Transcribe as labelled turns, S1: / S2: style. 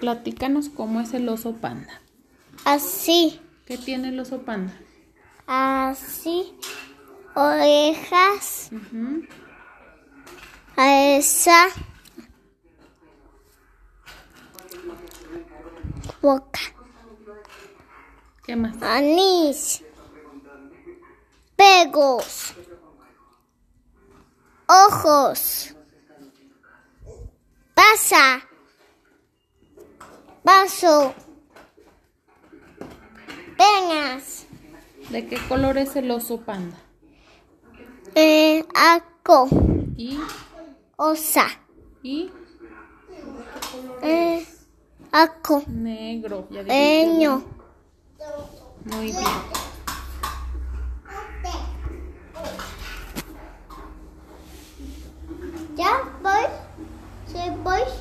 S1: platícanos cómo es el oso panda.
S2: Así,
S1: ¿Qué tiene el oso panda?
S2: así. Orejas.
S1: Ujú.
S2: Esa. Boca.
S1: ¿Qué más?
S2: Anís. Pegos. Ojos. Pasa. Vaso. Penas.
S1: ¿De qué color es el oso panda?
S2: Eh, aco.
S1: Y,
S2: Osa.
S1: y
S2: Eh, aco.
S1: negro. Ya dijiste.
S2: Eño.
S1: Muy bien.
S2: Ya voy. Se voy.